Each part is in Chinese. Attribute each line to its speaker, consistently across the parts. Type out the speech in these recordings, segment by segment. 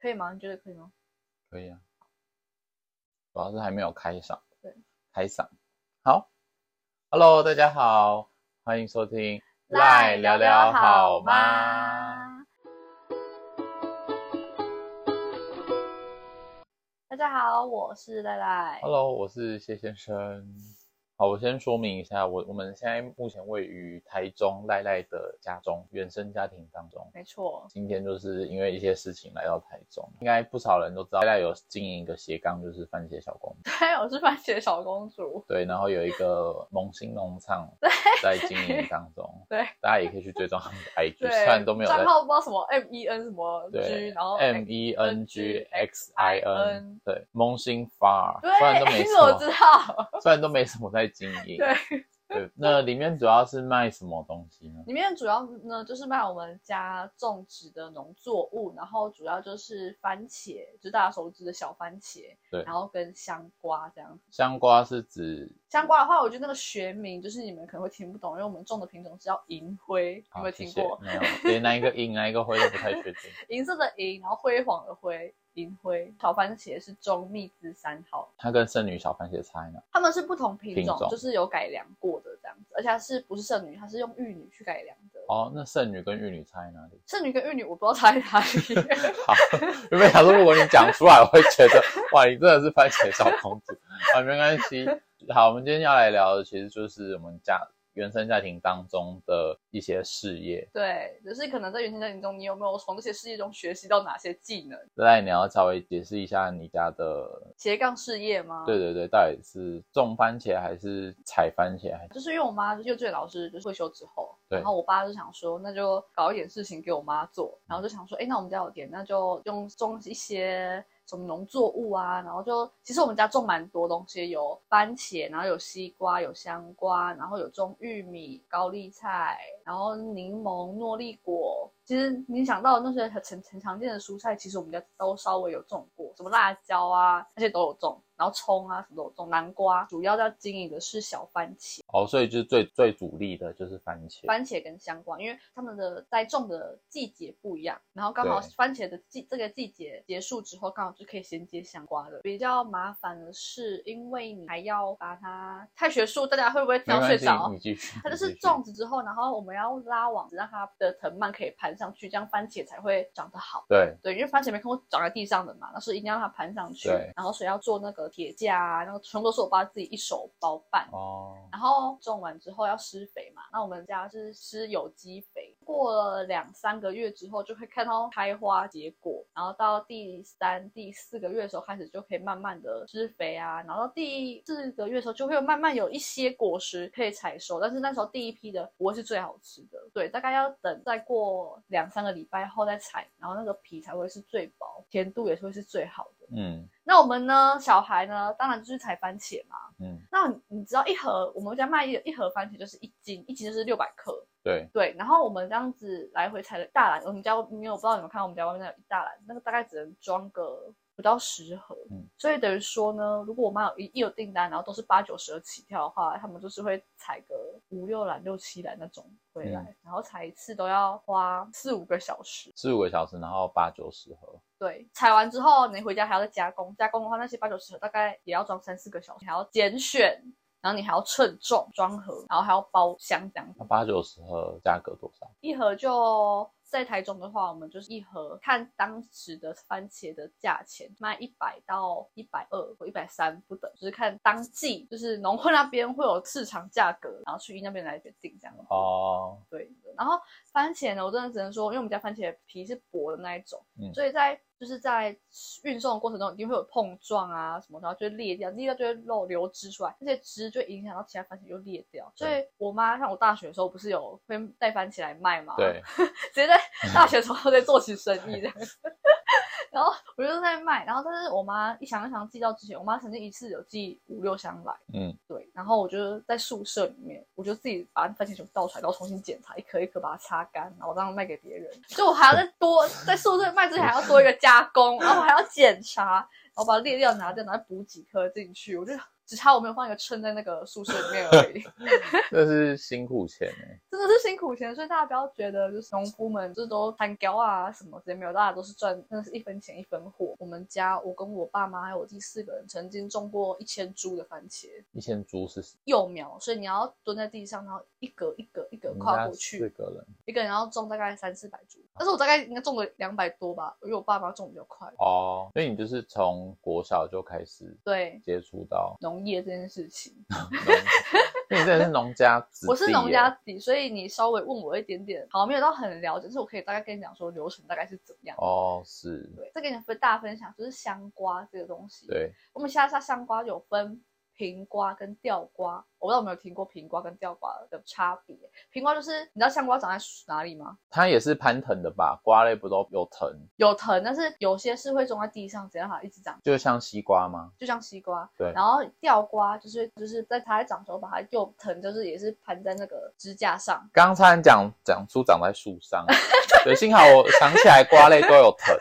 Speaker 1: 可以吗？你觉得可以吗？
Speaker 2: 可以啊，主要是还没有开嗓。
Speaker 1: 对，
Speaker 2: 开嗓。好，Hello，大家好，欢迎收听《赖聊聊好吗》。？
Speaker 1: 大家好，我是赖赖。
Speaker 2: Hello，我是谢先生。好，我先说明一下，我我们现在目前位于台中赖赖的家中，原生家庭当中。
Speaker 1: 没错，
Speaker 2: 今天就是因为一些事情来到台中，应该不少人都知道，赖赖有经营一个斜杠，就是番茄小公主。
Speaker 1: 对，我是番茄小公主。
Speaker 2: 对，然后有一个萌新 农场在经营当中，
Speaker 1: 对，
Speaker 2: 大家也可以去追踪他 们的 IG，
Speaker 1: 对，
Speaker 2: 虽然都没有在
Speaker 1: 账号不知道什么 M E N 什么 G，
Speaker 2: 对
Speaker 1: 然后哎
Speaker 2: M E N G X I N，
Speaker 1: N
Speaker 2: 对，萌新 far，
Speaker 1: 对，哎
Speaker 2: 虽然都没什
Speaker 1: 我知
Speaker 2: 么，
Speaker 1: 道。
Speaker 2: 虽然都没什么在经营，
Speaker 1: 对，
Speaker 2: 对，那里面主要是卖什么东西呢？
Speaker 1: 里面主要呢就是卖我们家种植的农作物，然后主要就是番茄，就是大家熟知的小番茄，
Speaker 2: 对
Speaker 1: 然后跟香瓜这样子。
Speaker 2: 香瓜是指
Speaker 1: 香瓜的话，我觉得那个学名就是你们可能会听不懂，因为我们种的品种是叫银灰，你有
Speaker 2: 好
Speaker 1: 没有
Speaker 2: 啊谢
Speaker 1: 听
Speaker 2: 谢
Speaker 1: 过？
Speaker 2: 没有，连哪一个银哪一个灰都不太确定。
Speaker 1: 银色的银，然后辉煌的辉，银灰。小番茄是中密资三号，
Speaker 2: 它跟剩女小番茄差在哪？
Speaker 1: 它们是不同品种，
Speaker 2: 品种
Speaker 1: 就是有改良过的这样子，而且它是不是剩女，它是用玉女去改良的。
Speaker 2: 哦，那剩女跟玉女差在哪里？
Speaker 1: 剩女跟玉女我不知道差在哪里，
Speaker 2: 好，原本想说如果你讲出来，我会觉得哇，你真的是番茄小公主啊，没关系。好，我们今天要来聊的其实就是我们家原生家庭当中的一些事业。
Speaker 1: 对，就是可能在原生家庭中，你有没有从这些事业中学习到哪些技能？
Speaker 2: 赖，你要稍微解释一下你家的，
Speaker 1: 斜杠事业吗？
Speaker 2: 对对对，到底是种番茄还是采番茄，还是
Speaker 1: 就是因为我妈幼稚园老师就是退休之后，
Speaker 2: 对
Speaker 1: 然后我爸就想说，那就搞一点事情给我妈做，然后就想说，哎，那我们家有点，那就用种一些什么农作物啊，然后就其实我们家种蛮多东西，有番茄，然后有西瓜，有香瓜，然后有种玉米、高丽菜，然后柠檬、诺丽果。其实你想到的那些很很常见的蔬菜，其实我们家都稍微有种过，什么辣椒啊那些都有种，然后葱啊什么都有种，南瓜主要在经营的是小番茄。
Speaker 2: 哦，所以就是最最主力的就是番茄。
Speaker 1: 番茄跟香瓜，因为它们的栽种的季节不一样，然后刚好
Speaker 2: 对
Speaker 1: 番茄的季这个季节结束之后，刚好就可以衔接香瓜了。比较麻烦的是，因为你还要把它太学术，大家会不会听
Speaker 2: 没
Speaker 1: 到睡
Speaker 2: 关系，
Speaker 1: 着
Speaker 2: 你？继续。
Speaker 1: 它就
Speaker 2: 你
Speaker 1: 是
Speaker 2: 继续
Speaker 1: 种植之后，然后我们要拉网子，让它的藤蔓可以攀上去，这样番茄才会长得好。
Speaker 2: 对
Speaker 1: 对，因为番茄没看过长在地上的嘛，那是一定要让它攀上去
Speaker 2: 对。
Speaker 1: 然后所以要做那个铁架啊，那个全部都是我爸自己一手包办。
Speaker 2: 哦，
Speaker 1: 然后种完之后要施肥嘛，那我们家是施有机肥。过了两三个月之后，就会看到开花结果，然后到第三、第四个月的时候开始就可以慢慢的施肥啊，然后到第四个月的时候就会有慢慢有一些果实可以采收，但是那时候第一批的不会是最好吃的，对，大概要等再过两三个礼拜后再采，然后那个皮才会是最薄，甜度也是会是最好的。
Speaker 2: 嗯
Speaker 1: 那我们呢，小孩呢，当然就是采番茄嘛，
Speaker 2: 嗯，
Speaker 1: 那你你知道一盒我们家卖一一盒番茄就是一斤，一斤就是六百克，
Speaker 2: 对，
Speaker 1: 对。然后我们这样子来回采了一大篮，我们家没有不知道你们看到我们家外面有一大篮，那个大概只能装个不到十盒，
Speaker 2: 嗯
Speaker 1: 所以等于说呢，如果我妈有一一有订单，然后都是八九十盒起跳的话，他们就是会采个五六篮、六七篮那种回来，然后采一次都要花四五个小时，
Speaker 2: 四五个小时，然后八九十盒。
Speaker 1: 对，采完之后你回家还要再加工，加工的话那些八九十盒大概也要装三四个小时，你还要拣选，然后你还要称重、装盒，然后还要包箱这样子
Speaker 2: 那。八九十盒价格多少？
Speaker 1: 一盒就在台中的话，我们就是一盒看当时的番茄的价钱，卖一百到一百二或一百三不等，就是看当季，就是农会那边会有市场价格，然后去那边来决定这样子。
Speaker 2: 哦，
Speaker 1: 对的。然后番茄呢，我真的只能说，因为我们家番茄皮是薄的那一种，
Speaker 2: 嗯
Speaker 1: 所以在就是在运送的过程中一定会有碰撞啊什么，然后就会裂掉，裂掉就会漏流汁出来，那些汁就会影响到其他番茄就裂掉。所以我妈像我大学的时候不是有会带番茄来卖嘛，，
Speaker 2: 对，
Speaker 1: 直接在大学的时候在做起生意这样。 然后我就在卖，然后但是我妈一箱一箱寄到之前，我妈曾经一次有寄五六箱来，
Speaker 2: 嗯，
Speaker 1: 对，然后我就在宿舍里面，我我就自己把番茄球倒出来，然后重新检查一颗一颗把它擦干，然后这样卖给别人。所以我还要再多在宿舍卖之前还要多一个加工，然后还要检查，然后把裂掉拿掉，然后再补几颗进去。我就只差我没有放一个秤在那个宿舍里面而已。
Speaker 2: 这是辛苦钱哎、
Speaker 1: 真的是辛苦钱，所以大家不要觉得就是农夫们就是都贪高啊什么之类没有，大家都是赚真的是一分钱一分货。我们家我跟我爸妈还有我弟四个人曾经种过一千株的番茄
Speaker 2: 一千株是死
Speaker 1: 幼苗，所以你要蹲在地上，然后一格一格一格
Speaker 2: 我们
Speaker 1: 跨
Speaker 2: 家
Speaker 1: 过
Speaker 2: 四
Speaker 1: 去，
Speaker 2: 个人
Speaker 1: 一个人要种大概三四百株，但是我大概应该种了两百多吧，因为我爸妈种比较快。
Speaker 2: 哦，所以你就是从国小就开始
Speaker 1: 对
Speaker 2: 接触到
Speaker 1: 农业这件事情，
Speaker 2: 农，那你真的是农家子弟耶、欸
Speaker 1: 我是农家底，所以你稍微问我一点点，好没有到很了解，但是我可以大概跟你讲说流程大概是怎样。
Speaker 2: 哦，是
Speaker 1: 对，再给你分大分享，就是香瓜这个东西。，
Speaker 2: 对，
Speaker 1: 我们下沙香瓜有分平瓜跟吊瓜，我不知道有没有听过平瓜跟吊瓜的差别。平瓜就是你知道香瓜长在哪里吗？
Speaker 2: 它也是攀藤的吧？瓜类不都有藤，
Speaker 1: 有藤，但是有些是会种在地上，只要它一直长，
Speaker 2: 就像西瓜吗？
Speaker 1: 就像西瓜。
Speaker 2: 对
Speaker 1: 然后吊瓜就是就是在它在长的时候，把它用藤就是也是盘在那个支架上。
Speaker 2: 刚才讲讲出长在树上，对，幸好我想起来瓜类都有藤。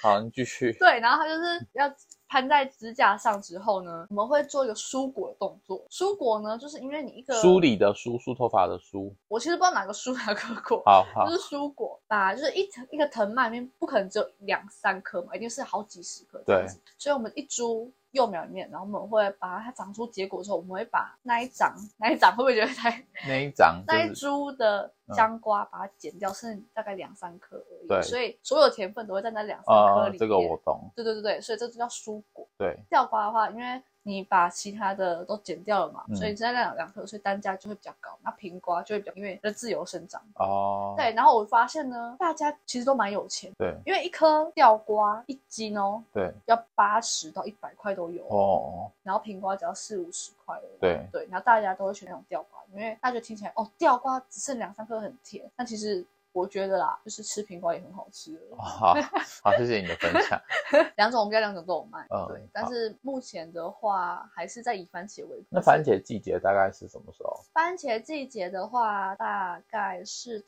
Speaker 2: 好，你继续。
Speaker 1: 对，然后它就是要盘在支架上之后呢，我们会做一个蔬果的动作。蔬果呢，就是因为你一个
Speaker 2: 梳，理的梳，梳头发的梳。
Speaker 1: 我其实不知道哪个蔬哪个果，
Speaker 2: 好好
Speaker 1: 就，是蔬果吧，就是一层一个藤蔓里面不可能只有两三颗嘛，一定是好几十颗这样子。所以我们一株幼苗里面，然后我们会把它长出结果之后，我们会把那一掌那一掌会不会觉得太
Speaker 2: 那一掌
Speaker 1: 那一
Speaker 2: 就是
Speaker 1: 株的香瓜把它剪掉，剩大概两三颗而已。
Speaker 2: 嗯对
Speaker 1: 所以所有甜分都会在那两三颗里
Speaker 2: 呃，
Speaker 1: 面。
Speaker 2: 这个我懂。
Speaker 1: 对对对对，所以这就叫蔬果。
Speaker 2: 对，
Speaker 1: 吊瓜的话，因为你把其他的都剪掉了嘛，
Speaker 2: 嗯
Speaker 1: 所以现在两两颗，所以单价就会比较高。那平瓜就会比较，因为它自由生长。
Speaker 2: 哦，
Speaker 1: 对，然后我发现呢，大家其实都蛮有钱，
Speaker 2: 对
Speaker 1: 因为一颗吊瓜一斤哦，
Speaker 2: 对，
Speaker 1: 要八十到一百块都有，
Speaker 2: 哦，
Speaker 1: 然后平瓜只要四五十块而已。
Speaker 2: 对，
Speaker 1: 对，然后大家都会选那种吊瓜，因为大家就听起来哦，吊瓜只剩两三颗很甜，但其实我觉得啦，就是吃平瓜也很好吃了。
Speaker 2: 哦好，好，谢谢你的分享。
Speaker 1: 两种我们家两种都有卖，
Speaker 2: 嗯
Speaker 1: 对
Speaker 2: 好。
Speaker 1: 但是目前的话，还是在以番茄为主。
Speaker 2: 那番茄季节大概是什么时候？
Speaker 1: 番茄季节的话，大概是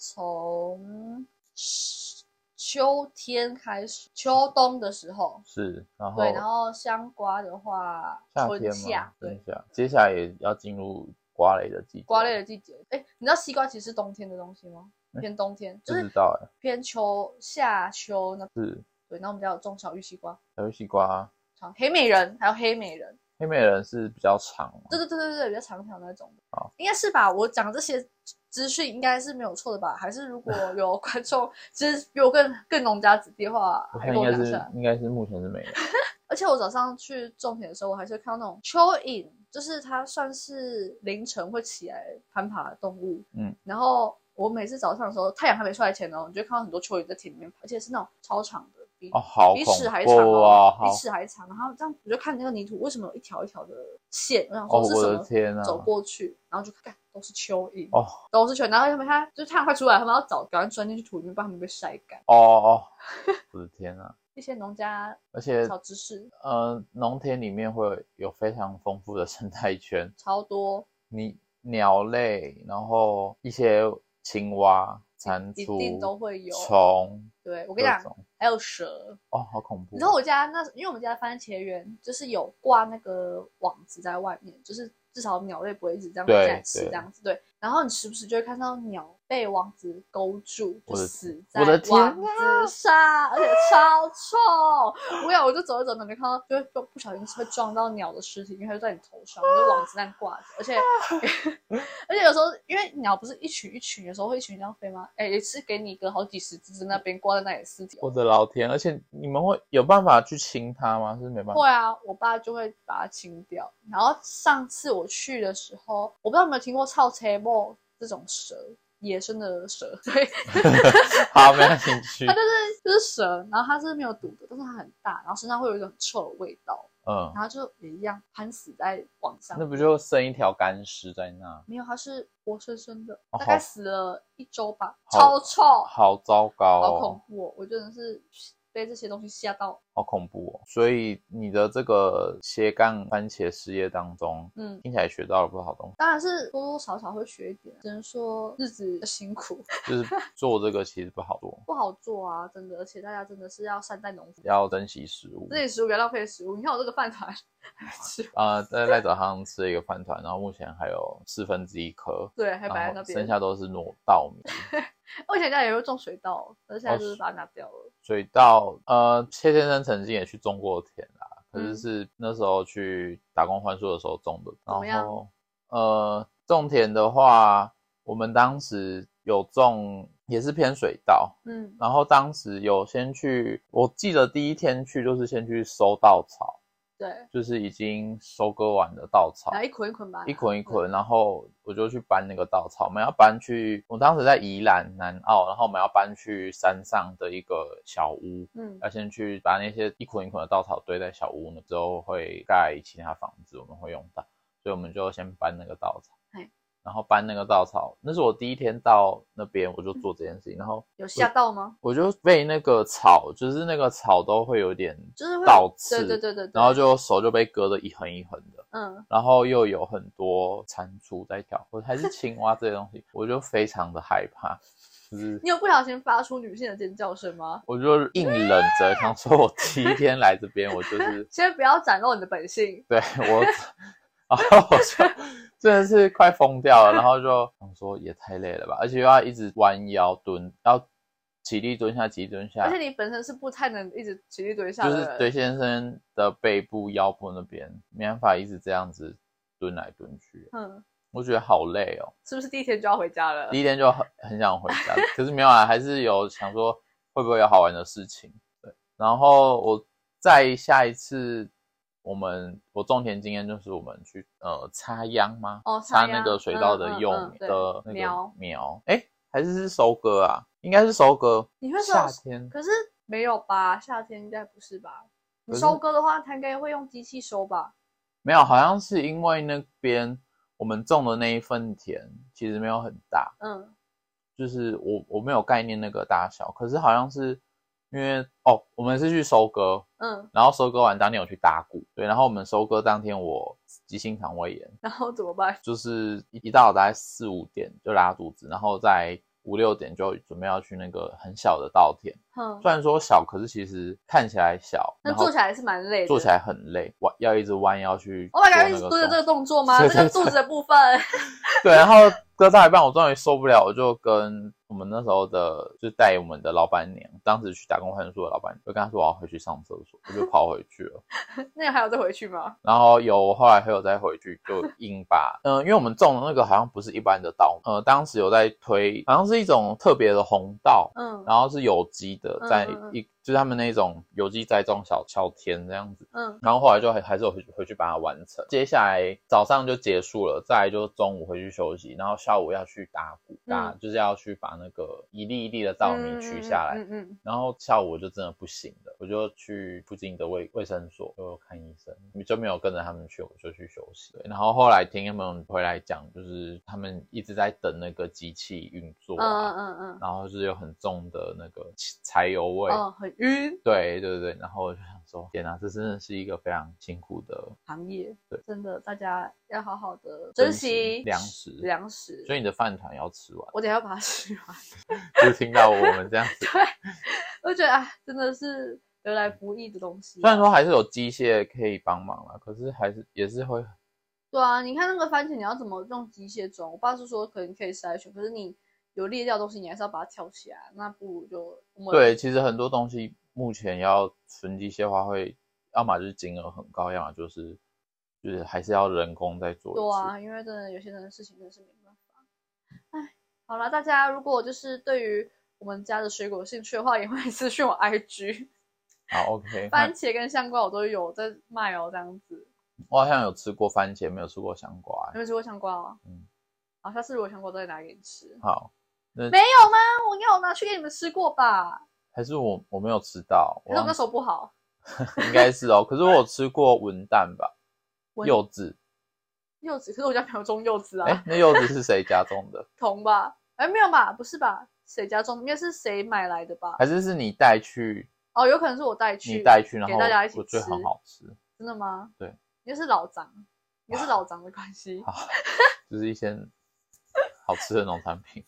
Speaker 1: 从十秋天开始，秋冬的时候。
Speaker 2: 是，然后
Speaker 1: 对，然后香瓜的话，
Speaker 2: 夏
Speaker 1: 春
Speaker 2: 天
Speaker 1: 夏
Speaker 2: 吗？，
Speaker 1: 对
Speaker 2: 春，夏，接下来也要进入瓜类的季节。
Speaker 1: 瓜类的季节。哎，你知道西瓜其实是冬天的东西吗？
Speaker 2: 诶
Speaker 1: 偏冬天，就
Speaker 2: 不知
Speaker 1: 是
Speaker 2: 道哎，
Speaker 1: 偏秋夏秋那。
Speaker 2: 是
Speaker 1: 对，那我们家有种小玉西瓜，
Speaker 2: 小玉西瓜，
Speaker 1: 长黑美人，还有黑美人，
Speaker 2: 黑美人是比较长嘛，
Speaker 1: 对对对对对，比较长条那种的
Speaker 2: 好，
Speaker 1: 应该是吧？我讲这些资讯应该是没有错的吧？还是如 果有观众其实比我更更农家子弟的话，
Speaker 2: 我
Speaker 1: 还
Speaker 2: 看
Speaker 1: 跟
Speaker 2: 应
Speaker 1: 我
Speaker 2: 该
Speaker 1: 讲一
Speaker 2: 是
Speaker 1: 下。
Speaker 2: 应该是目前是没有。
Speaker 1: 而且我早上去种田的时候，我还是会看到那种蚯蚓，就是它算是凌晨会起来攀爬的动物。
Speaker 2: 嗯，
Speaker 1: 然后我每次早上的时候，太阳还没出来前呢，你就会看到很多蚯蚓在田里面爬，而且是那种超长的，比、
Speaker 2: 哦，好
Speaker 1: 比
Speaker 2: 恐
Speaker 1: 尺还长
Speaker 2: 怖啊！
Speaker 1: 哦，
Speaker 2: 好
Speaker 1: 比，尺还长。然后这样我就看那个泥土，为什么有一条一条的线？我想说
Speaker 2: 哦，
Speaker 1: 是
Speaker 2: 我
Speaker 1: 什
Speaker 2: 的
Speaker 1: 么？
Speaker 2: 天啊！
Speaker 1: 走过去，然后就看都是蚯蚓，
Speaker 2: 哦
Speaker 1: 都是蚯蚓。然后他们他就是太阳快出来，他们要找赶快钻进去土里面，不然他们被晒干。
Speaker 2: 哦哦，我的天啊！
Speaker 1: 一些农家
Speaker 2: 而且
Speaker 1: 小知识
Speaker 2: 呃，农田里面会有非常丰富的生态圈，
Speaker 1: 超多，
Speaker 2: 你鸟类，然后一些青蛙、蟾
Speaker 1: 一定都
Speaker 2: 蜍、
Speaker 1: 会有。
Speaker 2: 虫，
Speaker 1: 对我
Speaker 2: 我
Speaker 1: 跟你讲，还有蛇。
Speaker 2: 哦，好恐怖
Speaker 1: 你知！道我家那，因为我们家番茄园就是有挂那个网子在外面，就是至少鸟类不会一直这样进
Speaker 2: 对
Speaker 1: 来吃
Speaker 2: 对
Speaker 1: 这样子。对，然后你时不时就会看到鸟被网子勾住，就
Speaker 2: 我的
Speaker 1: 死在
Speaker 2: 我的天啊
Speaker 1: 网子上，而且超臭。我有，我就走一走，然后没看到，就会不不小心会撞到鸟的尸体，因为它就在你头上，就网子那样挂着， 而且而且有时候因为鸟不是一群一群，有时候会一群这样飞吗？哎，也是给你个好几十只在那边挂在那里的尸体哦。
Speaker 2: 我的老天！而且你们会有办法去清它吗？是没办法
Speaker 1: 会啊，我爸就会把它清掉。然后上次我去的时候，我不知道有没有听过超车猫这种蛇，野生的蛇， 对，
Speaker 2: 好，没有兴 趣
Speaker 1: 它。啊就是就是蛇，然后它是没有毒的，但是它很大，然后身上会有一种很臭的味道，
Speaker 2: 嗯，
Speaker 1: 然后就也一样攀死在网上
Speaker 2: 那。不就剩一条干尸在那，
Speaker 1: 没有，它是活生生的，
Speaker 2: 哦
Speaker 1: 大概
Speaker 2: 好
Speaker 1: 死了一周吧，
Speaker 2: 好
Speaker 1: 超臭，
Speaker 2: 好糟糕
Speaker 1: 好恐
Speaker 2: 哦！
Speaker 1: 怖、哦！我真的是被这些东西吓到。
Speaker 2: 好恐怖哦！所以你的这个斜杠番茄事业当中，
Speaker 1: 嗯，
Speaker 2: 听起来学到了不少东
Speaker 1: 当然是多多少少会学一点，只能说日子辛苦，
Speaker 2: 西，就是做这个其实不好做，
Speaker 1: 不好做啊，真的。而且大家真的是要善待农夫，
Speaker 2: 要珍惜食物。
Speaker 1: 自己食物不要浪费食物。你看我这个饭团还吃，
Speaker 2: 啊，在赖早上吃了一个饭团，然后目前还有四分之一颗，
Speaker 1: 对，还摆在
Speaker 2: 然
Speaker 1: 那
Speaker 2: 后
Speaker 1: 边。
Speaker 2: 啊剩下都是糯稻米。
Speaker 1: 我以前家也会种水稻，而且现在
Speaker 2: 哦
Speaker 1: 就是把它拿掉了。
Speaker 2: 水稻，呃，谢先生曾经也去种过田啦，可是
Speaker 1: 嗯
Speaker 2: 是那时候去打工换宿的时候种的。
Speaker 1: 怎么
Speaker 2: 然
Speaker 1: 样
Speaker 2: 后，呃，种田的话，我们当时有种，也是偏水稻。
Speaker 1: 嗯，
Speaker 2: 然后当时有先去，我记得第一天去就是先去收稻草，
Speaker 1: 对，
Speaker 2: 就是已经收割完的稻草
Speaker 1: 然，后一捆一捆吧，
Speaker 2: 一捆一捆，然后我就去搬那个稻草。我们要搬去，我当时在宜兰南澳，然后我们要搬去山上的一个小屋，
Speaker 1: 嗯。
Speaker 2: 要先去把那些一捆一捆的稻草堆在小屋呢，之后会盖其他房子，我们会用到，所以我们就先搬那个稻草
Speaker 1: 嘿。
Speaker 2: 然后搬那个稻草，那是我第一天到那边，我就做这件事情，然后
Speaker 1: 有吓到吗？
Speaker 2: 我就被那个草，就是那个草都会有点，
Speaker 1: 就是会
Speaker 2: 倒刺
Speaker 1: 对对对对对，
Speaker 2: 然后就手就被割得一横一横的，
Speaker 1: 嗯，
Speaker 2: 然后又有很多蟾蜍在跳，或者还是青蛙这些东西，我就非常的害怕，就是
Speaker 1: 你有不小心发出女性的尖叫声吗？
Speaker 2: 我就硬忍着，想说我第一天来这边，我就 是
Speaker 1: 先不要展露你的本性，
Speaker 2: 对我，然后我就真的是快疯掉了，然后就想说也太累了吧，而且又要一直弯腰蹲，要起立蹲下，起立蹲下
Speaker 1: 而且，你本身是不太能一直起立蹲下
Speaker 2: 就
Speaker 1: 的人，
Speaker 2: 是对先生的背部、腰部那边没办法一直这样子蹲来蹲去，
Speaker 1: 嗯，
Speaker 2: 我觉得好累哦。
Speaker 1: 是不是第一天就要回家了
Speaker 2: 第？一天就很很想回家，可是没有啊，还是有想说会不会有好玩的事情。对，然后我再下一次，我们我种田经验就是我们去呃插秧吗？
Speaker 1: 哦插
Speaker 2: 插
Speaker 1: 秧
Speaker 2: 那个水稻的
Speaker 1: 嗯嗯
Speaker 2: 幼
Speaker 1: 嗯对
Speaker 2: 的那个
Speaker 1: 苗
Speaker 2: 苗，哎，还是是收割啊？应该是收割。
Speaker 1: 你会收
Speaker 2: 夏天？
Speaker 1: 可是没有吧，夏天应该不是吧？你
Speaker 2: 可是
Speaker 1: 收割的话，它应该会用机器收吧？
Speaker 2: 没有，好像是因为那边我们种的那一份田其实没有很大，
Speaker 1: 嗯，
Speaker 2: 就是我我没有概念那个大小，可是好像是因为哦，我们是去收割，
Speaker 1: 嗯，
Speaker 2: 然后收割完当天有去打鼓，对，然后我们收割当天我急性肠胃炎，
Speaker 1: 然后怎么办？
Speaker 2: 就是一一到大概四五点就拉肚子，然后在五六点就准备要去那个很小的稻田，
Speaker 1: 哼，
Speaker 2: 虽然说小，可是其实看起来小，
Speaker 1: 那
Speaker 2: 然后
Speaker 1: 做起来是蛮累的。
Speaker 2: 做起来很累，弯要一直弯腰去做
Speaker 1: Oh my god！
Speaker 2: 那
Speaker 1: 一直蹲着
Speaker 2: 个动作。
Speaker 1: 这个动作吗？
Speaker 2: 对
Speaker 1: 这
Speaker 2: 对
Speaker 1: 个肚子的部分，
Speaker 2: 对，然后割到一半，我终于受不了，我就跟我们那时候的，就带我们的老板娘，当时去打工换宿的老板娘，就跟她说我要回去上厕所，我就跑回去了。
Speaker 1: 那个还有再回去吗？
Speaker 2: 然后有我后来还有再回去，就硬把，嗯、因为我们种的那个好像不是一般的稻，呃，当时有在推，好像是一种特别的红稻，
Speaker 1: 嗯
Speaker 2: 然后是有机的，
Speaker 1: 嗯
Speaker 2: 在
Speaker 1: 嗯嗯
Speaker 2: 一就是他们那种有机栽种小小田这样子。
Speaker 1: 嗯
Speaker 2: 然后后来就还还是有回去回去把它完成。接下来早上就结束了，再来就中午回去休息，然后下午要去打鼓，
Speaker 1: 嗯
Speaker 2: 打、就是要去把那个一粒一粒的稻米取下来。
Speaker 1: 嗯嗯嗯，
Speaker 2: 然后下午我就真的不行了，我就去附近的卫卫生所就看医生，就没有跟着他们去，我就去休息了。然后后来听他们回来讲，就是他们一直在等那个机器运作
Speaker 1: 嗯
Speaker 2: 啊，
Speaker 1: 嗯嗯嗯，
Speaker 2: 然后就是有很重的那个柴油味，
Speaker 1: 哦，很晕，
Speaker 2: 对对对，然后我就想说，天哪，这真的是一个非常辛苦的
Speaker 1: 行业
Speaker 2: 对，
Speaker 1: 真的大家要好好的
Speaker 2: 珍
Speaker 1: 珍
Speaker 2: 惜
Speaker 1: 惜
Speaker 2: 粮食
Speaker 1: 粮食。
Speaker 2: 所以你的饭团要吃完，
Speaker 1: 我等一下要把它吃完。
Speaker 2: 就听到我们这样 子。
Speaker 1: 我觉得啊，真的是得来不易的东西
Speaker 2: 虽。然说还是有机械可以帮忙啦，可是还是也是会，
Speaker 1: 对啊，你看那个番茄，你要怎么用机械装？我爸是说可能可以筛选，可是你有裂掉的东西，你还是要把它挑起来。那不如就我们
Speaker 2: 对，其实很多东西目前要纯机械化会，要么就是金额很高，要么就是就是还是要人工再做
Speaker 1: 对
Speaker 2: 一次。
Speaker 1: 啊，因为真的有些人的事情真的是没办法。哎，好了，大家如果就是对于我们家的水果有兴趣的话，也会私讯我 IG，
Speaker 2: 好，OK，
Speaker 1: 番茄跟香瓜我都有在卖哦，这样子。
Speaker 2: 我好像有吃过番茄，没有吃过香瓜、
Speaker 1: 你有吃过香瓜哦？
Speaker 2: 嗯
Speaker 1: 嗯，好，下次如果香瓜再拿给你吃。
Speaker 2: 好，
Speaker 1: 没有吗？我应该有拿去给你们吃过吧？
Speaker 2: 还是我我没有吃到，
Speaker 1: 可是我
Speaker 2: 我
Speaker 1: 那
Speaker 2: 忘
Speaker 1: 时候不好。
Speaker 2: 应该是哦。可是我有吃过文旦吧，
Speaker 1: 文
Speaker 2: 柚子，
Speaker 1: 柚子，可是我家没有种柚子啊。
Speaker 2: 哎、那柚子是谁家 种的？
Speaker 1: 同吧？哎，没有吧？不是吧？谁家种？应该是谁买来的吧？
Speaker 2: 还是是你带去
Speaker 1: 哦，有可能是我带去，
Speaker 2: 你带去，然
Speaker 1: 给
Speaker 2: 后
Speaker 1: 大家一起
Speaker 2: 我觉得
Speaker 1: 吃
Speaker 2: 很好吃，
Speaker 1: 真的吗？
Speaker 2: 对，
Speaker 1: 你是老张，你是老张的关系。
Speaker 2: 好，就是一些好吃的农产品。